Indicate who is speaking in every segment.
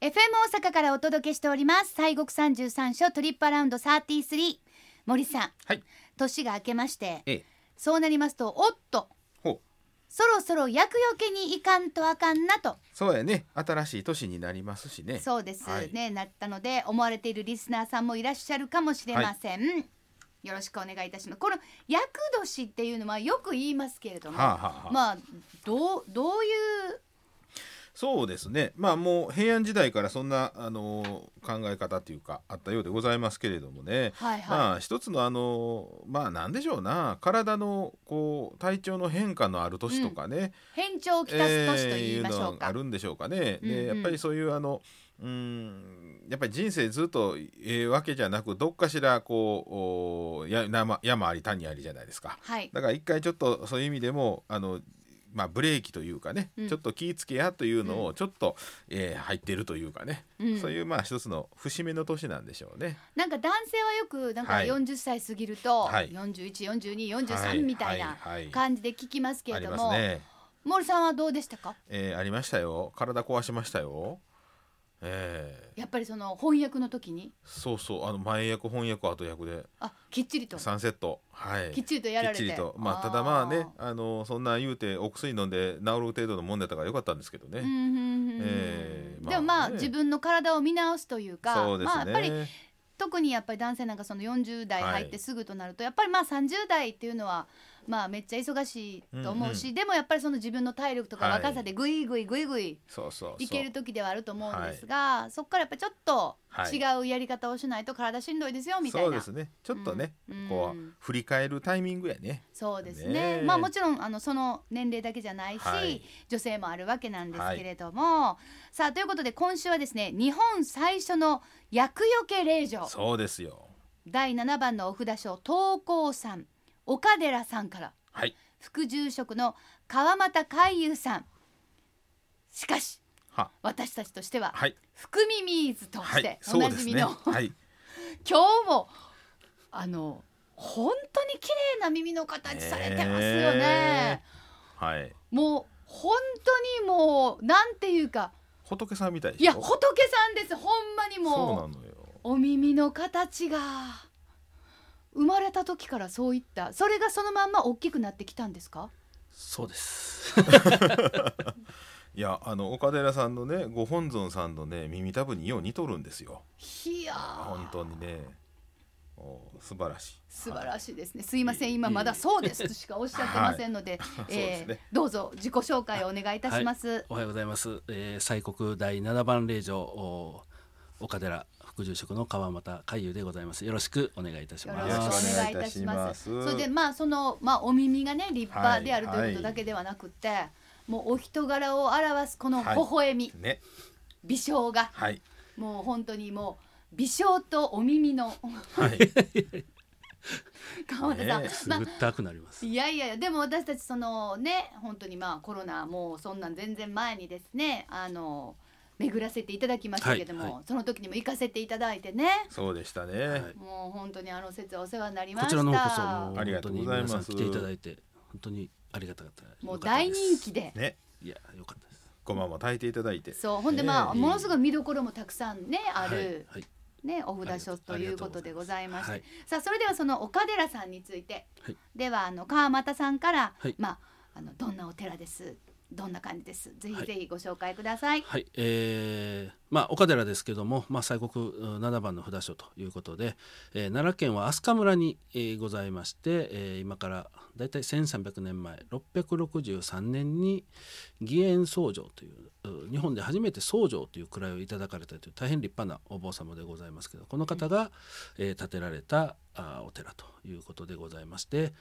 Speaker 1: FM 大阪からお届けしております西国三十三所トリップアラウンド33森さん
Speaker 2: はい。
Speaker 1: 年が明けまして
Speaker 2: ええ。
Speaker 1: そうなりますとおっと
Speaker 2: ほう。
Speaker 1: そろそろ厄除けにいかんとあかんなと
Speaker 2: そうやね。新しい年になりますしね。
Speaker 1: そうです
Speaker 2: はい
Speaker 1: ね、なったので思われているリスナーさんもいらっしゃるかもしれません、よろしくお願いいたしますこの厄年っていうのはよく言いますけれども、
Speaker 2: はあはあはあ
Speaker 1: まあどうどういう
Speaker 2: そうですね。まあもう平安時代からそんなあの考え方っていうかあったようでございますけれどもね。
Speaker 1: はいはい
Speaker 2: まあ一つのあのまあなんでしょうな体のこう体調の変化のある年とかね、
Speaker 1: 変調をきたす年と言いましょう
Speaker 2: えーいうのが
Speaker 1: か、
Speaker 2: あるんでしょうかね。で、
Speaker 1: うんうん
Speaker 2: やっぱりそういうあのうんやっぱり人生ずっとええわけじゃなくどっかしらこうおや山山あり谷ありじゃないですか。
Speaker 1: はい
Speaker 2: だから一回ちょっとそういう意味でもあのまあ、ブレーキというかね、
Speaker 1: うん
Speaker 2: ちょっと気ぃつけやというのをちょっと、えー入ってるというかね、
Speaker 1: うん
Speaker 2: そういうまあ一つの節目の年なんでしょうね。
Speaker 1: なんか男性はよくなんか
Speaker 2: はい
Speaker 1: 40歳過ぎると、
Speaker 2: はいはい
Speaker 1: 414243みたいな
Speaker 2: はいはい
Speaker 1: 感じで聞きますけ
Speaker 2: あ
Speaker 1: れ
Speaker 2: り
Speaker 1: ど
Speaker 2: ま
Speaker 1: も、
Speaker 2: すね、
Speaker 1: 森さんはどうでしたか
Speaker 2: えーありましたよ体壊しましたよ。えー
Speaker 1: やっぱりその翻訳の時に
Speaker 2: そうそうあの前役翻訳後役で
Speaker 1: あきっちりと
Speaker 2: 3セットはい
Speaker 1: きっちりとやられて
Speaker 2: きっちりとまあただまあねあのそんなん言うてお薬飲んで治る程度のもんだったからよかったんですけど
Speaker 1: うん
Speaker 2: ね、
Speaker 1: うんうんうん
Speaker 2: えー
Speaker 1: でもまあ、
Speaker 2: まあね
Speaker 1: 自分の体を見直すというか
Speaker 2: そうです
Speaker 1: まあ、
Speaker 2: ね、
Speaker 1: やっぱり特にやっぱり男性なんかその40代入ってすぐとなると、やっぱりまあ30代っていうのはまあめっちゃ忙しいと思うし、
Speaker 2: うん
Speaker 1: でもやっぱりその自分の体力とか
Speaker 2: はい
Speaker 1: 若さでぐいぐいぐいぐい
Speaker 2: そうそうそう
Speaker 1: いける時ではあると思うんですが、そこからやっぱちょっと
Speaker 2: はい
Speaker 1: 違うやり方をしないと体しんどいですよみたいな、
Speaker 2: そうですねちょっとね、
Speaker 1: うん
Speaker 2: こ
Speaker 1: うん
Speaker 2: う振り返るタイミングやね
Speaker 1: そうですね
Speaker 2: ねえ
Speaker 1: まあもちろんあのその年齢だけじゃないし、
Speaker 2: はい
Speaker 1: 女性もあるわけなんですけれども、さあということで今週はですね日本最初の厄除け令嬢
Speaker 2: そうですよ
Speaker 1: 第7番のお札賞東光さん岡寺さんから
Speaker 2: はい
Speaker 1: 副住職の川俣海優さんしかし
Speaker 2: は
Speaker 1: 私たちとしては、
Speaker 2: はい
Speaker 1: 福耳ーズと
Speaker 2: は
Speaker 1: し
Speaker 2: い
Speaker 1: て
Speaker 2: そ
Speaker 1: お
Speaker 2: う
Speaker 1: な
Speaker 2: で
Speaker 1: じ
Speaker 2: す
Speaker 1: み
Speaker 2: ね
Speaker 1: の、
Speaker 2: はい
Speaker 1: 今日もあの本当に綺麗な耳の形 されてますよね。
Speaker 2: はい
Speaker 1: もう本当にもうなんていうか
Speaker 2: 仏さんみたいでしょ
Speaker 1: いや仏さんですほんまに
Speaker 2: そうな
Speaker 1: もう
Speaker 2: のよ
Speaker 1: お耳の形が生まれた時からそういったそれがそのまんま大きくなってきたんですか
Speaker 3: そうです。
Speaker 2: いやあの岡寺さんのねご本尊さんのね耳たぶによう似とるんですよ
Speaker 1: いや
Speaker 2: 本
Speaker 1: ー
Speaker 2: 当にねお素晴らしい
Speaker 1: 素晴
Speaker 2: は
Speaker 1: ら
Speaker 2: い
Speaker 1: しいですねすいませ
Speaker 2: い
Speaker 1: ん
Speaker 2: え
Speaker 1: 今
Speaker 2: いえ
Speaker 1: まだそうですしかおっしゃってませんので
Speaker 2: い そうですね
Speaker 1: どうぞ自己紹介をお願いいたします
Speaker 3: おはようございます。えー、西国第七番霊場お岡寺副住職の川又海優でございます。よろしくお願いいたし
Speaker 1: よ
Speaker 3: ま
Speaker 1: ろ
Speaker 3: す。
Speaker 1: しくお願いいたします。それでまあそのまあお耳がね立派であると
Speaker 2: はい
Speaker 1: いうことだけではなくて、もうお人柄を表すこの微
Speaker 2: はい
Speaker 1: 笑み、
Speaker 2: ね
Speaker 1: 微笑が
Speaker 2: はい
Speaker 1: もう本当にもう微笑とお耳の
Speaker 2: はい
Speaker 1: 川田さん、
Speaker 2: ね
Speaker 3: す
Speaker 1: ま
Speaker 3: ぐ
Speaker 1: あ
Speaker 3: ったくなります。
Speaker 1: いやいやでも私たちそのね本当にまあコロナもうそんなん全然前にですねあの巡らせていただきましたけども、
Speaker 3: はいは
Speaker 1: その時にも行かせていただいてね
Speaker 2: そうでしたね、
Speaker 3: はい
Speaker 1: もう本当にあの節はお世話になりま
Speaker 3: こ
Speaker 1: した
Speaker 3: ちらの方こそもう
Speaker 2: ありが
Speaker 3: 本
Speaker 2: と
Speaker 3: 当
Speaker 2: う
Speaker 3: に
Speaker 2: ござい
Speaker 3: 皆
Speaker 2: ます
Speaker 3: さん来ていただいて本当にありがたかった。
Speaker 1: も
Speaker 3: 良
Speaker 1: う
Speaker 3: かった
Speaker 1: 大
Speaker 3: です
Speaker 1: 人気。で
Speaker 2: ね
Speaker 3: いや良かったです。
Speaker 2: ごまも炊いていただいて
Speaker 1: そうほんでまあ、
Speaker 3: ええ
Speaker 1: ものすごい見どころもたくさんねあ
Speaker 3: はい
Speaker 1: る、
Speaker 3: はい
Speaker 1: ねお札書と
Speaker 3: あり
Speaker 1: いう
Speaker 3: がと
Speaker 1: こ
Speaker 3: う
Speaker 1: とでございまして、
Speaker 3: はい
Speaker 1: さあそれではその岡寺さんについて、
Speaker 3: はい
Speaker 1: ではあの川俣さんから、
Speaker 3: はい
Speaker 1: まああのどんなお寺ですどんな感じですぜひぜひご紹介ください。
Speaker 3: はい、えーまあ岡寺ですけども、まあ西国うん七番の札所ということで、えー奈良県は飛鳥村に、えーございまして、えー今からだいたい1300年前、663年に義援僧正というう日本で初めて僧正という位をいただかれたという大変立派なお坊様でございますけど、この方が、えー建てられたあーお寺ということでございまして、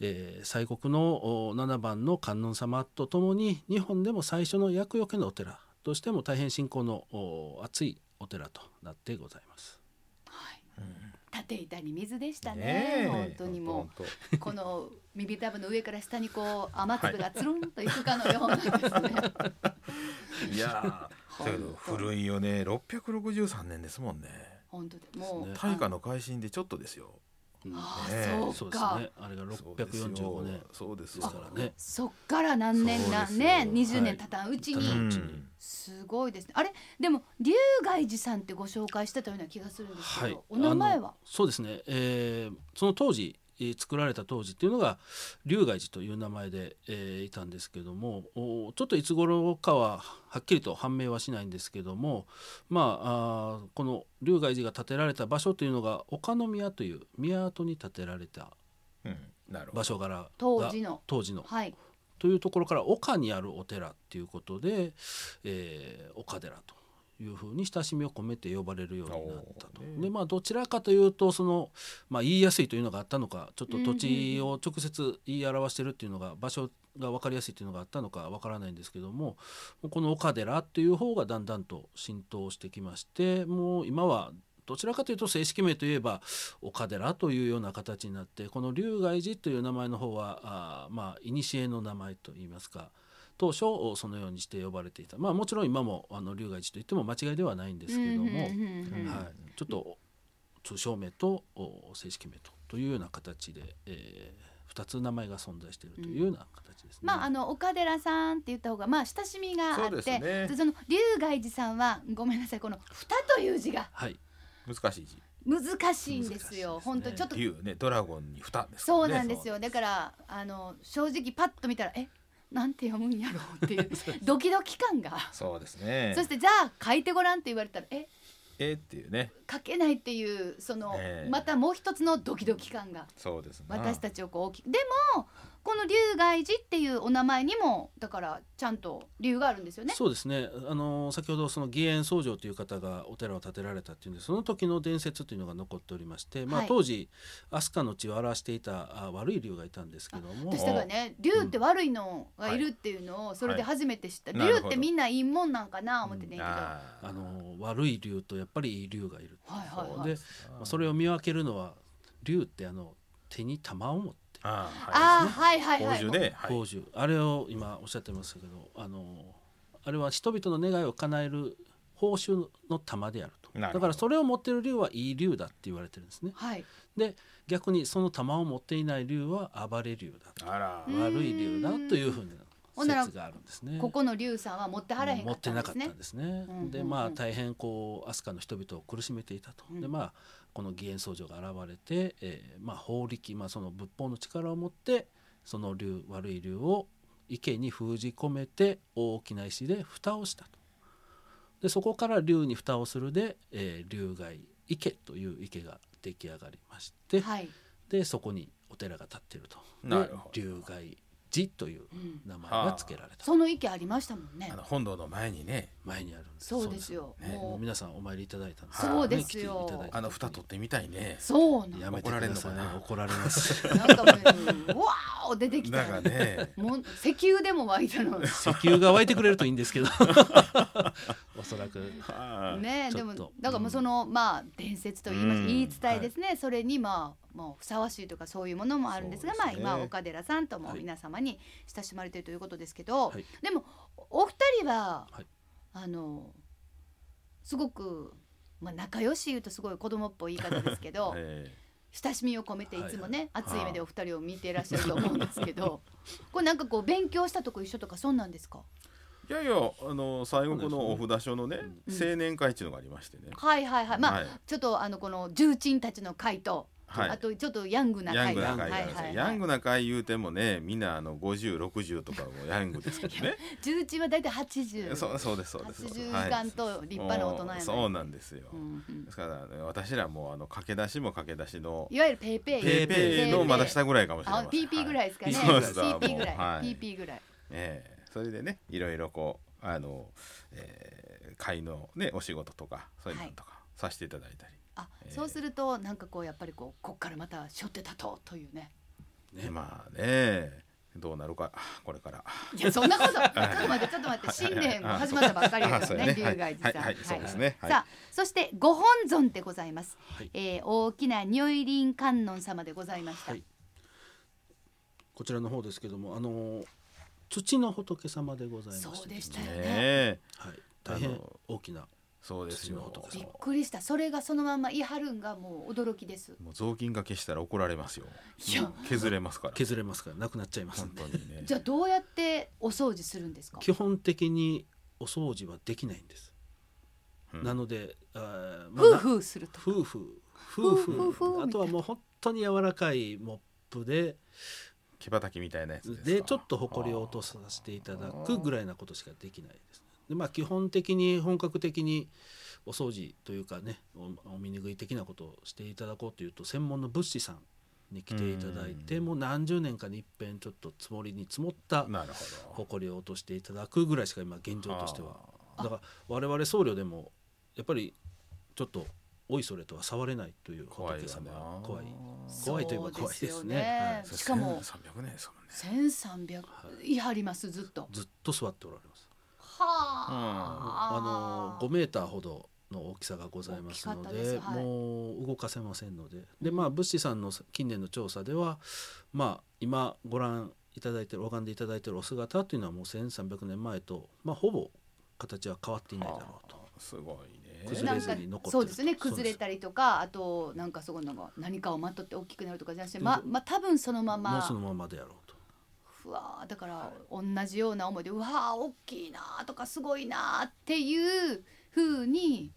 Speaker 3: えー西国のお七番の観音様とともに日本でも最初の厄除けのお寺としても大変信仰のお熱いお寺となってございます。
Speaker 1: はい縦板に水でしたね
Speaker 2: ねえ
Speaker 1: 本当にも
Speaker 2: 本当本
Speaker 1: うこの耳たぶの上から下にこう雨粒がつるんといくかのようなです ね、
Speaker 2: 当いや ーだけど
Speaker 1: 本当
Speaker 2: 古いよね663年ですもんね
Speaker 1: 本当でもう
Speaker 3: ですね
Speaker 2: 大化の改新でちょっとですよ
Speaker 3: うん
Speaker 1: あ
Speaker 2: ねえ
Speaker 1: あ、そ
Speaker 3: そううです
Speaker 1: か。
Speaker 3: ねあれが
Speaker 2: そうですよ
Speaker 3: 645年
Speaker 2: そうです
Speaker 3: で
Speaker 2: よ
Speaker 3: すからね
Speaker 1: そっから何年な
Speaker 2: そうですよ
Speaker 1: ね20
Speaker 3: は
Speaker 1: 年
Speaker 3: い
Speaker 1: 経たんうち
Speaker 3: 経
Speaker 1: に、
Speaker 3: た
Speaker 2: うんん
Speaker 1: すごいですねあれでも龍外寺さんってご紹介してたような気がするんですけど、お名前
Speaker 3: あ
Speaker 1: は
Speaker 3: のそうですね、えーその当時えー作られた当時っていうのが龍外寺という名前で、えーいたんですけどもおちょっといつ頃かははっきりと判明はしないんですけどもまああーこの龍外寺が建てられた場所というのが岡の宮という宮跡に建てられた
Speaker 2: うんなるほ
Speaker 3: 場
Speaker 2: ど
Speaker 3: 所柄が
Speaker 1: 当時の
Speaker 3: 当時の
Speaker 1: はい
Speaker 3: というところから岡にあるお寺っていうことで、えー岡寺というふうに親しみを込めて呼ばれるようになったと。
Speaker 2: おー
Speaker 3: でまあどちらかというとその、まあ、言いやすいというのがあったのかちょっと土地
Speaker 1: うん
Speaker 3: を直接言い表してるっていうのが場所が分かりやすいというのがあったのかわからないんですけどもこの岡寺っていう方がだんだんと浸透してきましてもう今はどちらかというと正式名といえば岡寺というような形になってこの龍外寺という名前の方はあーまあ古の名前といいますか当初そのようにして呼ばれていたまあもちろん今もあの龍外寺といっても間違いではないんですけ
Speaker 1: う
Speaker 3: ども、
Speaker 1: んうんうんうん
Speaker 3: はい、ちょっと通称名とお正式名とというような形で、え2つ名前が存在しているというような形ですね。
Speaker 1: まああの岡寺さんって言った方がまあ親しみがあっ
Speaker 2: そう
Speaker 1: て
Speaker 2: ですね
Speaker 1: でその龍外寺さんはごめんなさいこの「蓋」という字が
Speaker 3: はい、
Speaker 2: 難しい字
Speaker 1: 難しいんですよ
Speaker 3: 難しいですね
Speaker 1: 本当ちょっと
Speaker 2: 竜ねドラゴンに蓋ですから
Speaker 1: そう
Speaker 2: ね
Speaker 1: なんですよ、だからあの正直パッと見たらえなんて読むんやろうっていうドキドキ感が、
Speaker 2: そうですね
Speaker 1: そしてじゃあ書いてごらんって言われたらえ
Speaker 2: えーっていうね
Speaker 1: 書けないっていうその、
Speaker 2: ええ
Speaker 1: またもう一つのドキドキ感が
Speaker 2: そうですな
Speaker 1: 私たちをこう大きくでもこの龍外寺っていうお名前にもだからちゃんと理由があるんですよね。
Speaker 3: そうですねあの先ほどその義援僧正という方がお寺を建てられたっていうんでその時の伝説というのが残っておりまして、まあ
Speaker 1: はい、
Speaker 3: 当時飛鳥の血を表していたあ悪い龍がいたんですけども
Speaker 1: 私だからね龍って悪いのがいるっていうのをそれで初めて知った、
Speaker 2: はいなる
Speaker 1: 龍
Speaker 2: ほ
Speaker 1: っ
Speaker 2: ど
Speaker 1: てみんないいもんなんかな思ってねんけど、は
Speaker 2: あー
Speaker 3: あの悪い龍とやっぱりいい龍がいる。
Speaker 1: いはいはい
Speaker 3: で、まあ、それを見分けるのは龍ってあの手に玉を持って
Speaker 2: あー
Speaker 1: ああ
Speaker 2: は
Speaker 1: はいはい
Speaker 2: い
Speaker 1: はい
Speaker 2: 宝珠ねはい
Speaker 3: 宝珠、あれを今おっしゃってますけどあのあれは人々の願いを叶える報酬の玉であると
Speaker 2: なるほど
Speaker 3: だからそれを持ってる竜はいい竜だって言われてるんですね
Speaker 1: はい
Speaker 3: で逆にその玉を持っていない竜は暴れ竜だ
Speaker 2: あら
Speaker 1: うん
Speaker 3: 悪い竜だというふう
Speaker 1: ほんな
Speaker 3: な
Speaker 1: ら
Speaker 3: 説があるんですね
Speaker 1: ここの龍さんは持ってはらへんか
Speaker 3: 持
Speaker 1: っ
Speaker 3: っ
Speaker 1: てたん
Speaker 3: な
Speaker 1: で
Speaker 3: かっ
Speaker 1: す
Speaker 3: た
Speaker 1: ね
Speaker 3: ん。ですね。
Speaker 1: うんうんうん
Speaker 3: でまあ大変こう飛鳥の人々を苦しめていたと。
Speaker 1: うん
Speaker 3: でまあこの義援僧正が現れて、えーまあ法力まあその仏法の力を持ってその竜悪い竜を池に封じ込めて大きな石で蓋をしたと。でそこから竜に蓋をするで、えー、竜外池という池が出来上がりまして、
Speaker 1: はい、
Speaker 3: でそこにお寺が建っていると。で
Speaker 2: なるほど
Speaker 3: 竜外寺という
Speaker 1: うん、
Speaker 3: 名前が付けられた。
Speaker 1: その意見ありましたもんね
Speaker 2: あの。本堂の前にね
Speaker 3: 前にあるんです。
Speaker 1: そうですよ。
Speaker 2: そうですね
Speaker 3: もう
Speaker 1: もう
Speaker 3: 皆さんお参りいただいたんです
Speaker 2: そう
Speaker 3: ね
Speaker 1: ですよ
Speaker 3: 来ていただいた
Speaker 2: あの蓋取ってみたいね
Speaker 1: そうな
Speaker 3: やめてくださいね怒られます
Speaker 1: の。なんかも ううんわーお出てきた
Speaker 2: だ
Speaker 1: ら
Speaker 2: か らね
Speaker 1: もう石油でも湧いたの。
Speaker 3: 石油が湧いてくれるといいんですけど おそらく
Speaker 2: はい
Speaker 1: ねえ
Speaker 3: ち
Speaker 1: で
Speaker 3: ょっ
Speaker 1: も
Speaker 3: と
Speaker 1: だからもうその、まあ伝説と言います
Speaker 2: うん
Speaker 1: 言い伝えですね、それにまあもうふさわしいとかそういうものもあるんですが
Speaker 2: そうですね
Speaker 1: まあ今岡寺さんとも
Speaker 3: はい
Speaker 1: 皆様に親しまれているということですけど、
Speaker 3: はい
Speaker 1: でもお二人は、
Speaker 3: はい
Speaker 1: あのすごく、まあ、仲良し言うとすごい子供っぽい言い方ですけ ど、
Speaker 2: え
Speaker 1: 親しみを込めていつもね、
Speaker 2: はい
Speaker 1: 熱い目でお二人を見ていらっしゃると思うんですけどこれなんかこう勉強したとこ一緒とかそんなんですか
Speaker 2: ーいやいやあの最後このお札所のね
Speaker 1: うん
Speaker 2: 青年会っていうのがありましてね
Speaker 1: はいはいはいまあ、
Speaker 2: はい
Speaker 1: ちょっとあのこの重鎮たちの会と、
Speaker 2: はい
Speaker 1: あとちょっとヤングな
Speaker 2: ヤン
Speaker 1: 会
Speaker 2: グ
Speaker 1: が
Speaker 2: な
Speaker 1: はい
Speaker 2: 会なんですよヤングな会言うてもねみんなあの5060とかもヤングですけどね
Speaker 1: 重鎮は大体80
Speaker 2: そうそうですそうですそうです
Speaker 1: 80
Speaker 2: はい
Speaker 1: 巻と立派な大人やな、
Speaker 2: もうそうなんですよ、
Speaker 1: うんうん
Speaker 2: ですから、ね、私らもあの駆け出しも駆け出しの
Speaker 1: いわゆるペイペイ
Speaker 2: ペーペーのまだ
Speaker 1: ペ
Speaker 2: 下ぐらいかもしれません
Speaker 1: イペイあ PP ぐら
Speaker 2: い、
Speaker 1: いですかね、
Speaker 3: はい
Speaker 1: PP ぐらい、
Speaker 2: はい
Speaker 1: PP ぐらい
Speaker 2: ええそれでねいろいろこうあの、えー、会のねお仕事とかそういうのとかさせていただいたり、
Speaker 1: あ、
Speaker 2: えー
Speaker 1: そうするとなんかこうやっぱりこうこっからまた背負って立とうというね
Speaker 3: ね
Speaker 2: まあねどうなるかこれから
Speaker 1: いやそんなこと、ちょっと待って、ちょっと待って、新年も始まったばっかりですからね、
Speaker 2: あ
Speaker 1: 龍
Speaker 2: そうや
Speaker 1: 外
Speaker 2: ね
Speaker 1: 寺さん。
Speaker 2: はいはいはいそうですねはい
Speaker 1: さあ、そしてご本尊でございます。
Speaker 3: はい
Speaker 1: えー大きな如意輪観音様でございました。
Speaker 3: はいこちらの方ですけどもあの土の仏様でございまして
Speaker 1: そうでした
Speaker 2: ね
Speaker 1: よね。
Speaker 2: え
Speaker 3: はい、大変
Speaker 2: あの
Speaker 3: 大きな
Speaker 2: そうですよ
Speaker 3: 土の仏
Speaker 1: びっ
Speaker 3: 様
Speaker 1: くりしたそれがそのまま言い張るんがもう驚きです
Speaker 2: もう雑巾が消したら怒られますよ
Speaker 1: いや
Speaker 2: 削れますから
Speaker 3: 削れますからなくなっちゃいます
Speaker 2: 本
Speaker 3: んで
Speaker 2: 当にね
Speaker 1: じゃあどうやってお掃除するんですか
Speaker 3: 基本的にお掃除はできないんです、
Speaker 2: うん
Speaker 3: なのであーまあ
Speaker 1: ふうふうすると
Speaker 3: 夫婦夫婦
Speaker 1: 夫婦
Speaker 3: あとはもう本当に柔らかいモップで
Speaker 2: 毛羽きみたいなやつですか
Speaker 3: でちょっとほこりを落とさせていただくぐらいなことしかできないですねでまあ基本的に本格的にお掃除というかねおお見に食い的なことをしていただこうというと専門の物資さんに来ていただいて
Speaker 2: うん
Speaker 3: もう何十年かに一遍ちょっと積もりに積もった
Speaker 2: なるほど
Speaker 3: 埃を落としていただくぐらいしか今現状としては
Speaker 1: あー
Speaker 3: だから我々僧侶でもやっぱりちょっとおいそれとは触れないという
Speaker 2: 怖い
Speaker 3: 仏
Speaker 2: わ
Speaker 3: 様
Speaker 2: な
Speaker 3: は怖い
Speaker 1: そう
Speaker 3: 怖いといえば怖いですね
Speaker 1: しかも
Speaker 2: 300年ですもんね
Speaker 1: 1300言い張りますずっと
Speaker 3: ずっと座っておられます
Speaker 1: は
Speaker 3: あ
Speaker 1: あ
Speaker 3: の5メーターほどの大きさがございますの
Speaker 1: 大きかった
Speaker 3: で
Speaker 1: ですはい
Speaker 3: もう動かせませんのででまあ物資さんの近年の調査ではまあ今ご覧いただいてる拝んでいただいてるお姿というのはもう1,300年前と、まあ、ほぼ形は変わっていないだろうと。
Speaker 2: すごいね
Speaker 3: 崩れずに残ってると
Speaker 1: そうですね崩れたりとかあとなんかそこのが何かをまとって大きくなるとかじゃなくてままあ多分そのま
Speaker 3: もう
Speaker 1: ま
Speaker 3: そのままでやろうと。
Speaker 1: ふわーだから同じような思いでうわー大きいなーとかすごいなーっていうふうに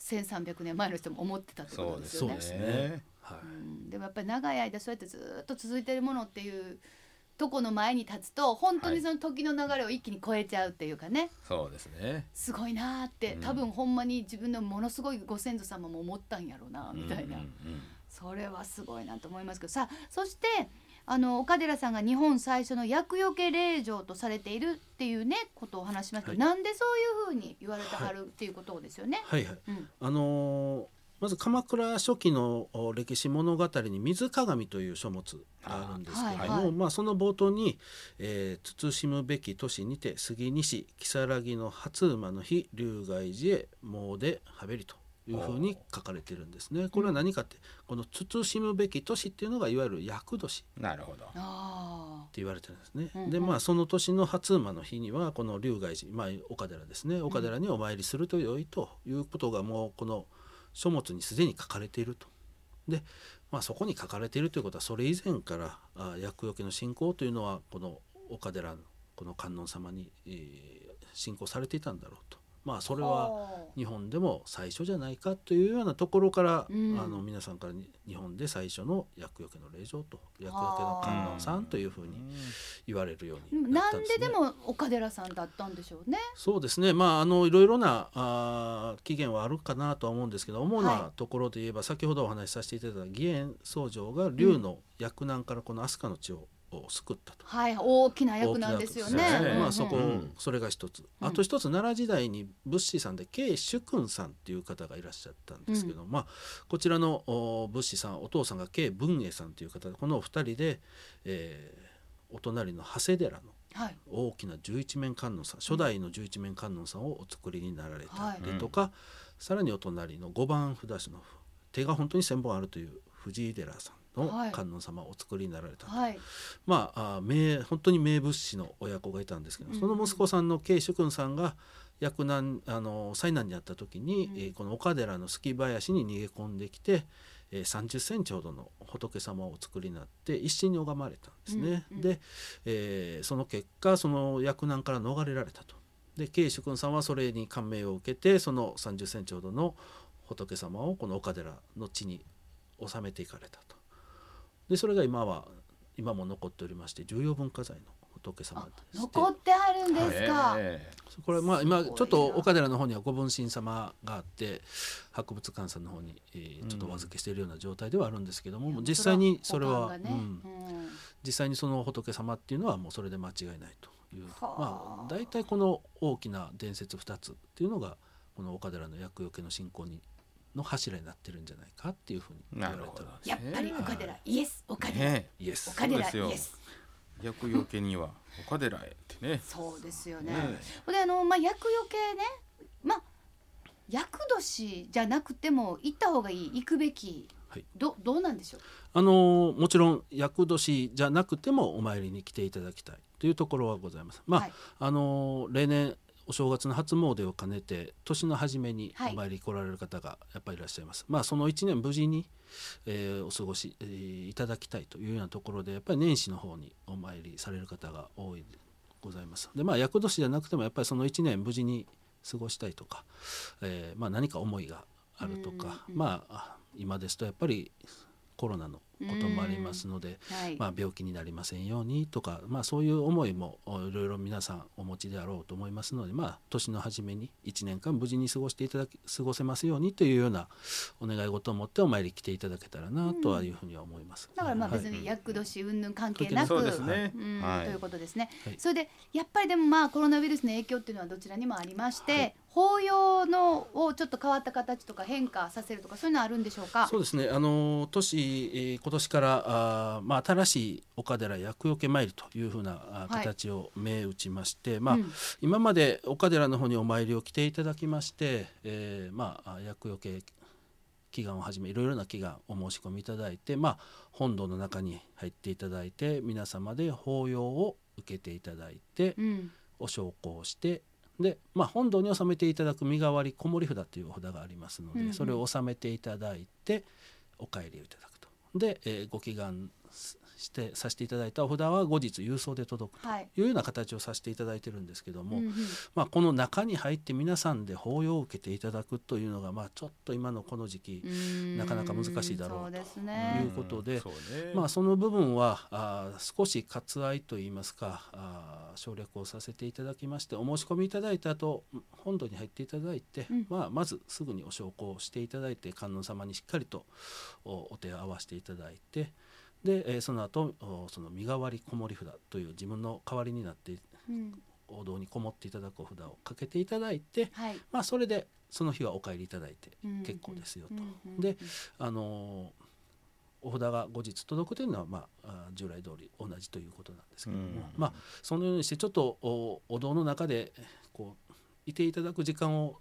Speaker 1: 1300年前の人も思ってたってこ
Speaker 2: そ
Speaker 1: と
Speaker 2: う
Speaker 1: で
Speaker 2: ですす
Speaker 1: よ
Speaker 3: そう
Speaker 1: ね
Speaker 3: で。すねはい
Speaker 1: うんでもやっぱり長い間そうやってずーっと続いてるものっていうとこの前に立つと本当にその時の流れを一気に超えちゃうっていうかね、
Speaker 2: そうですね
Speaker 1: すごいなーって
Speaker 2: うん
Speaker 1: 多分ほんまに自分のものすごいご先祖様も思ったんやろうなみたいな、
Speaker 2: うんうんうん
Speaker 1: それはすごいなと思いますけどさあそしてあの岡寺さんが日本最初の厄除け霊場とされているっていうねことをお話しましたけど、なんでそういうふうに言われてはるっていうことですよね。
Speaker 3: はいはい
Speaker 1: うん
Speaker 3: あのーまず鎌倉初期のお歴史物語に「水鏡」という書物があるんですけれど
Speaker 1: あー
Speaker 3: も、
Speaker 1: はいはい
Speaker 3: まあ、その冒頭に、えー慎むべき都市にて杉西如月の初馬の日龍外寺へ詣ではべり」というふうに書かれてるんですね。これは何かってこの「慎むべき都市」っていうのがいわゆる厄年
Speaker 2: なるほど
Speaker 1: あ
Speaker 3: って言われてるんですね、
Speaker 1: うんうん
Speaker 3: でまあその年の初馬の日にはこの龍外寺、まあ、岡寺ですね岡寺にお参りすると良いということがもうこの書物にすでに書かれていると。で、まあ、そこに書かれているということはそれ以前からあ厄除けの信仰というのはこの岡寺のこの観音様に、えー信仰されていたんだろうと。まあそ
Speaker 1: あ
Speaker 3: れは日本でも最初じゃないかというようなところから、
Speaker 1: うん
Speaker 3: あの皆さんからに日本で最初の厄除けの霊場と厄除けの観音さんというふうに言われるようになっ
Speaker 1: な
Speaker 3: たん
Speaker 1: ん
Speaker 3: で、
Speaker 1: です
Speaker 3: ね、
Speaker 1: でも岡寺さんだったんでしょうね。
Speaker 3: そうですねまああのいろいろなあー起源はあるかなとは思うんですけど主
Speaker 1: は
Speaker 3: なところで言えば、先ほどお話しさせていただいた義援僧正が龍の厄難からこの飛鳥の地をを救ったと。
Speaker 1: はい、大きな役なん
Speaker 3: 大き
Speaker 1: ですよ
Speaker 2: 大
Speaker 1: ね
Speaker 2: きな。役
Speaker 3: で
Speaker 2: で
Speaker 1: う
Speaker 2: す
Speaker 1: ん
Speaker 2: ね
Speaker 3: ま
Speaker 1: う
Speaker 3: あ
Speaker 1: ん
Speaker 3: そこ、
Speaker 2: うん
Speaker 3: それが一つ。
Speaker 1: うん
Speaker 3: あと一つ奈良時代に仏師さんで慶主君さんっていう方がいらっしゃったんですけど、まあこちらのお仏師さんお父さんが慶文英さんっていう方でこのお二人で、えーお隣の長谷寺の
Speaker 1: はい。
Speaker 3: 大きな十一面観音さん初代の十一面観音さんをお作りになられたりとか、さらにお隣の五番札師の手が本当に1,000本あるという藤井寺さん
Speaker 1: は
Speaker 3: の
Speaker 1: い
Speaker 3: 観音様をお作りになられた、
Speaker 1: はい。
Speaker 3: まああ名本当に名物師の親子がいたんですけど、
Speaker 1: うん
Speaker 3: その息子さんの慶主君さんが役難あの災難にあった時に、
Speaker 1: うん
Speaker 3: えーこの岡寺の杉林に逃げ込んできて、えー30センチほどの仏様をお作りになって一心に拝まれたんですね。
Speaker 1: うんうん
Speaker 3: で、えーその結果その役難から逃れられたと。で慶主君さんはそれに感銘を受けてその30センチほどの仏様をこの岡寺の地に納めていかれたと。でそれが今は今も残っておりまして重要文化財の仏様
Speaker 1: あ
Speaker 3: でして
Speaker 1: 残ってあるんですか。
Speaker 2: ええ
Speaker 3: これまあ今
Speaker 1: すごいな
Speaker 3: ちょっと岡寺の方にはご分身様があって博物館さんの方にえーちょっとお預けしているような状態ではあるんですけども、もう実際にそれ
Speaker 1: 保管
Speaker 3: は、
Speaker 1: がね
Speaker 3: うん
Speaker 1: うん
Speaker 3: 実際にその仏様っていうのはもうそれで間違いないという
Speaker 1: はあ
Speaker 3: まあ大体この大きな伝説2つっていうのがこの岡寺の厄除けの信仰にの柱になってるんじゃないかっていうふうに言わ
Speaker 2: な
Speaker 3: れ
Speaker 2: る
Speaker 3: て
Speaker 2: ほ
Speaker 3: お
Speaker 2: ど
Speaker 3: ります。
Speaker 1: やっぱり岡寺、イエス、岡寺、
Speaker 2: ね
Speaker 3: イエス
Speaker 1: 岡
Speaker 2: そうで
Speaker 1: 寺、
Speaker 2: す
Speaker 1: イ
Speaker 2: よ
Speaker 1: エス。
Speaker 2: え厄除けには岡寺へってね
Speaker 1: そうですよね。
Speaker 2: ね
Speaker 1: で、あの、まあ、厄除けね、まあ。厄年じゃなくても、行った方がいい、行くべき。
Speaker 3: はい
Speaker 1: ど、どうなんでしょう。
Speaker 3: あのーもちろん厄年じゃなくてもお参りに来ていただきたいというところはございます。まあ、
Speaker 1: はい
Speaker 3: あのー例年お正月の初詣を兼ねて年の初めに
Speaker 1: はい
Speaker 3: お参り来られる方がやっぱりいらっしゃいます、まあその1年無事に、えーお過ごし、えーいただきたいというようなところでやっぱり年始の方にお参りされる方が多いございますでまあ厄年じゃなくてもやっぱりその1年無事に過ごしたいとか、えーまあ、何か思いがあるとか、
Speaker 1: うんうん
Speaker 3: まあ今ですとやっぱりコロナのこともありますので、
Speaker 1: はい、
Speaker 3: まあ、病気になりませんようにとか、まあ、そういう思いもおいろいろ皆さんお持ちであろうと思いますので、まあ、年の初めに1年間無事に過ごしていただき過ごせますようにというようなお願い事を持ってお参り来ていただけたらなとはいうふうには思います。
Speaker 1: だからまあ
Speaker 3: はい
Speaker 1: 別に厄年云々関係なく、
Speaker 2: そうですね
Speaker 1: うん
Speaker 2: はい
Speaker 1: ということですね、
Speaker 3: はい
Speaker 1: それでやっぱりでもまあコロナウイルスの影響っていうのはどちらにもありまして、法要のをちょっと変わった形とか変化させるとかそういうのはあるんでしょうか
Speaker 3: そうですね、あの年、えー今年からあー、まあ、新しい岡寺厄除け参りというふうなあー
Speaker 1: はい
Speaker 3: 形を銘打ちまして、まあ
Speaker 1: うん
Speaker 3: 今まで岡寺の方にお参りを来ていただきまして、えーまあ、あ厄除け祈願をはじめいろいろな祈願お申し込みいただいて、まあ、本堂の中に入っていただいて皆様で法要を受けていただいて
Speaker 1: うん
Speaker 3: お焼香をしてで、まあ、本堂に納めていただく身代わりこもり札というお札がありますので、
Speaker 1: うんうん
Speaker 3: それを納めていただいてお帰りをいただくと。で、えーご祈願すしてさせていただいたお札は後日郵送で届くと
Speaker 1: はい、
Speaker 3: いうような形をさせていただいてるんですけども、
Speaker 1: んん
Speaker 3: まあ、この中に入って皆さんで法要を受けていただくというのが、まあ、ちょっと今のこの時期
Speaker 1: う、ん
Speaker 3: なかなか難しいだろうと
Speaker 1: そうです
Speaker 3: い
Speaker 1: ね
Speaker 3: うことで
Speaker 2: そうね
Speaker 3: まあ、その部分はあー少し割愛といいますかあー省略をさせていただきましてお申し込みいただいた後本土に入っていただいて、
Speaker 1: うん
Speaker 3: まあ、まずすぐにお焼香をしていただいて観音様にしっかりとおお手を合わせていただいてで、えーその後おその身代わりこもり札という自分の代わりになって
Speaker 1: うん
Speaker 3: お堂にこもっていただくお札をかけていただいて
Speaker 1: はい
Speaker 3: まあ、それでその日はお帰りいただいて
Speaker 1: うん
Speaker 3: 結構ですよと、
Speaker 1: うんうん
Speaker 3: であのーお札が後日届くというのは、まあ、あー従来通り同じということなんですけども、
Speaker 2: うん
Speaker 3: まあ、そのようにしてちょっとおお堂の中でこういていただく時間を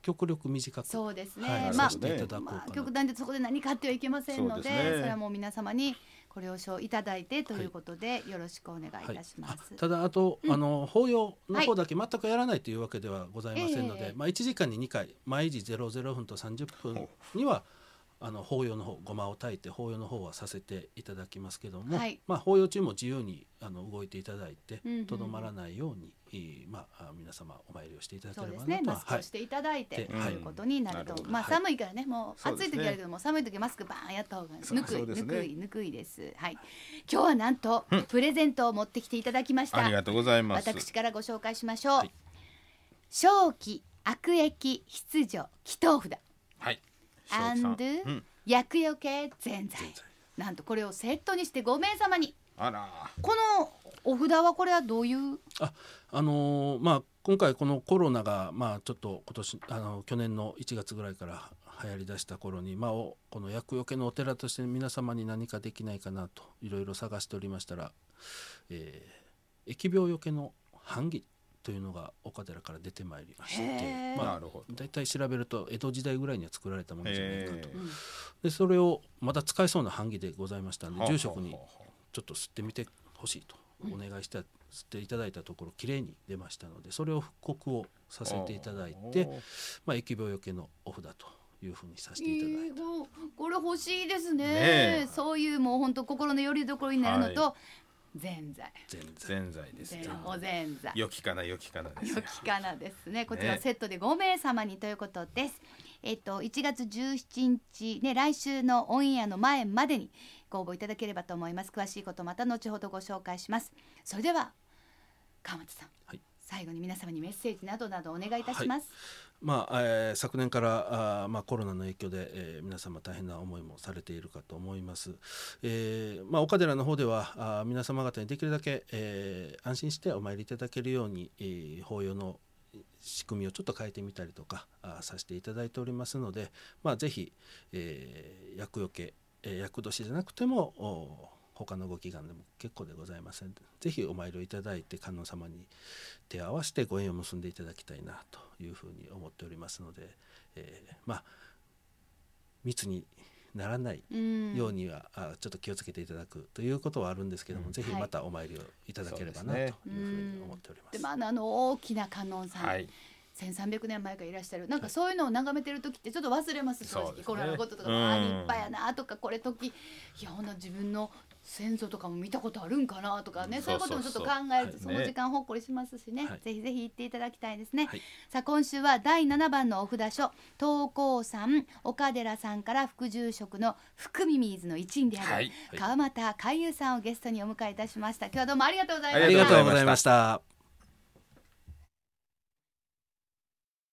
Speaker 3: 極力短く、
Speaker 1: そうですね、
Speaker 3: はい、
Speaker 1: ま
Speaker 3: さ
Speaker 1: あ
Speaker 3: せていただこうかな
Speaker 1: まあ、
Speaker 3: と
Speaker 1: 極端でそこで何かってはいけませんので
Speaker 2: そ
Speaker 1: そう
Speaker 2: ですね
Speaker 1: れはもう皆様にご了承いただいてということで、よろしくお願いい
Speaker 3: はい
Speaker 1: たします。
Speaker 3: あただあと、
Speaker 1: うん
Speaker 3: あの法要の
Speaker 1: はい
Speaker 3: 方だけ全くやらないというわけではございませんので、
Speaker 1: ええ
Speaker 3: まあ、1時間に2回毎時00分と30分にはあの法要の方ごまを炊いて法要の方はさせていただきますけども、
Speaker 1: はい
Speaker 3: まあ、法要中も自由にあの動いていただいて
Speaker 1: うんうんうん
Speaker 3: とど、まらないように、えーまあ、あ皆様お参りをしていただけ
Speaker 1: そう
Speaker 3: れ
Speaker 1: で
Speaker 3: ば
Speaker 1: す
Speaker 3: な
Speaker 1: ね、
Speaker 3: とは
Speaker 1: マスクをしていただいて、
Speaker 3: はい
Speaker 1: ということになると、
Speaker 2: うん
Speaker 1: まあ
Speaker 3: なるほど
Speaker 1: 寒いからね、もう
Speaker 2: そう
Speaker 1: 暑
Speaker 2: です
Speaker 1: い
Speaker 2: ね
Speaker 1: 時あるけども、寒い時はマスクバーンやった方が
Speaker 2: そう
Speaker 1: ぬくい、
Speaker 2: そうです
Speaker 1: ぬ
Speaker 2: ね
Speaker 1: くいぬくいです。はい、今日はなんと、プレゼントを持ってきていただきまし
Speaker 2: あ
Speaker 1: た
Speaker 2: り。がとうございます
Speaker 1: 私からご紹介しましょう。
Speaker 3: はい
Speaker 1: 正気、悪液、必助、祈祷札。
Speaker 2: はい
Speaker 1: アンドゥ、
Speaker 2: うん
Speaker 1: 厄除けぜんざ
Speaker 3: ぜん
Speaker 1: い
Speaker 3: ざい
Speaker 1: なんとこれをセットにして5名様に
Speaker 2: あら
Speaker 1: このお札はこれはどういう
Speaker 3: ああのーまあ今回このコロナがまあちょっと今年あの去年の1月ぐらいから流行りだした頃にまあおこの厄除けのお寺として皆様に何かできないかなといろいろ探しておりましたら、えー疫病除けの版木というのが岡寺から出てまいりまし
Speaker 1: へ
Speaker 3: て
Speaker 1: ー
Speaker 3: ま
Speaker 2: な
Speaker 3: あ
Speaker 2: るほど
Speaker 3: 大体調べると江戸時代ぐらいには作られたものじゃないかと
Speaker 2: えー
Speaker 3: でそれをまた使えそうな版木でございましたんで
Speaker 2: はあ
Speaker 3: 住職に
Speaker 2: はあはあ
Speaker 3: ちょっと吸ってみてほしいとお願いした、吸っていただいたところ綺麗に出ましたのでそれを復刻をさせていただいて
Speaker 2: おー
Speaker 3: まあ、疫病よけのお札というふうにさせていただいて、
Speaker 1: いいおこれ欲しいですね
Speaker 2: ねえ
Speaker 1: そういうもう本当心の拠り所になるのと、ぜんざい
Speaker 3: 全然
Speaker 2: 全財です
Speaker 1: ぜ
Speaker 2: ね
Speaker 1: んおぜんざい
Speaker 2: 良きかな良きかなです
Speaker 1: 良
Speaker 2: よ
Speaker 1: きかなですね。こちら
Speaker 2: ね
Speaker 1: セットで5名様にということです。えっと1月17日ね来週のオンエアの前までにご応募いただければと思います。詳しいことまた後ほどご紹介します。それでは川松さん、
Speaker 3: はい
Speaker 1: 最後に皆様にメッセージなどなどお願いいたします。
Speaker 3: まあえー昨年からあー、まあ、コロナの影響で、えー皆様大変な思いもされているかと思います、えーまあ、岡寺の方ではあー皆様方にできるだけ、えー安心してお参りいただけるように、えー法要の仕組みをちょっと変えてみたりとかあーさせていただいておりますので、まあ、ぜひ、えー厄除け、えー厄年じゃなくてもお他のご祈願でも結構でございませんぜひお参りをいただいて観音様に手を合わせてご縁を結んでいただきたいなというふうに思っておりますので、えーまあ密にならない
Speaker 1: うん
Speaker 3: ようには、あちょっと気をつけていただくということはあるんですけども、
Speaker 2: うん
Speaker 3: ぜひ
Speaker 1: はい
Speaker 3: またお参りをいただければ
Speaker 2: そ
Speaker 3: な
Speaker 2: う
Speaker 3: とい
Speaker 2: で
Speaker 1: ね
Speaker 2: す
Speaker 3: うふうに思っております。
Speaker 1: でまああの大きな観音さん、
Speaker 2: はい
Speaker 1: 1300年前からいらっしゃるなんかそういうのを眺めてる時ってちょっと忘れます正
Speaker 2: そう
Speaker 1: 直
Speaker 2: ですね
Speaker 1: コロナのこととか、
Speaker 2: うん
Speaker 1: ああ立派やなとかこれ時いやほんな自分の先祖とかも見たことあるんかなとかね、
Speaker 2: うん
Speaker 1: そういうこともちょ
Speaker 2: そ
Speaker 1: っと
Speaker 2: うそう
Speaker 1: 考
Speaker 2: そう
Speaker 1: えると
Speaker 2: はい
Speaker 1: その時間ほっこりしますしね
Speaker 3: はい
Speaker 1: ぜひぜひ行っていただきたいですね、
Speaker 3: はい
Speaker 1: さあ今週は第7番のお札書東光さん岡寺さんから副住職の福ミミーズの一員である、
Speaker 2: はい
Speaker 1: 川俣海優さんをゲストにお迎えいたしました今日はどうもありがとうございました
Speaker 2: あ
Speaker 3: あり
Speaker 2: り
Speaker 3: が
Speaker 2: が
Speaker 3: と
Speaker 2: と
Speaker 3: う
Speaker 2: うご
Speaker 3: ござ
Speaker 2: ざ
Speaker 3: い
Speaker 2: い
Speaker 3: ま
Speaker 2: ま
Speaker 3: し。
Speaker 2: した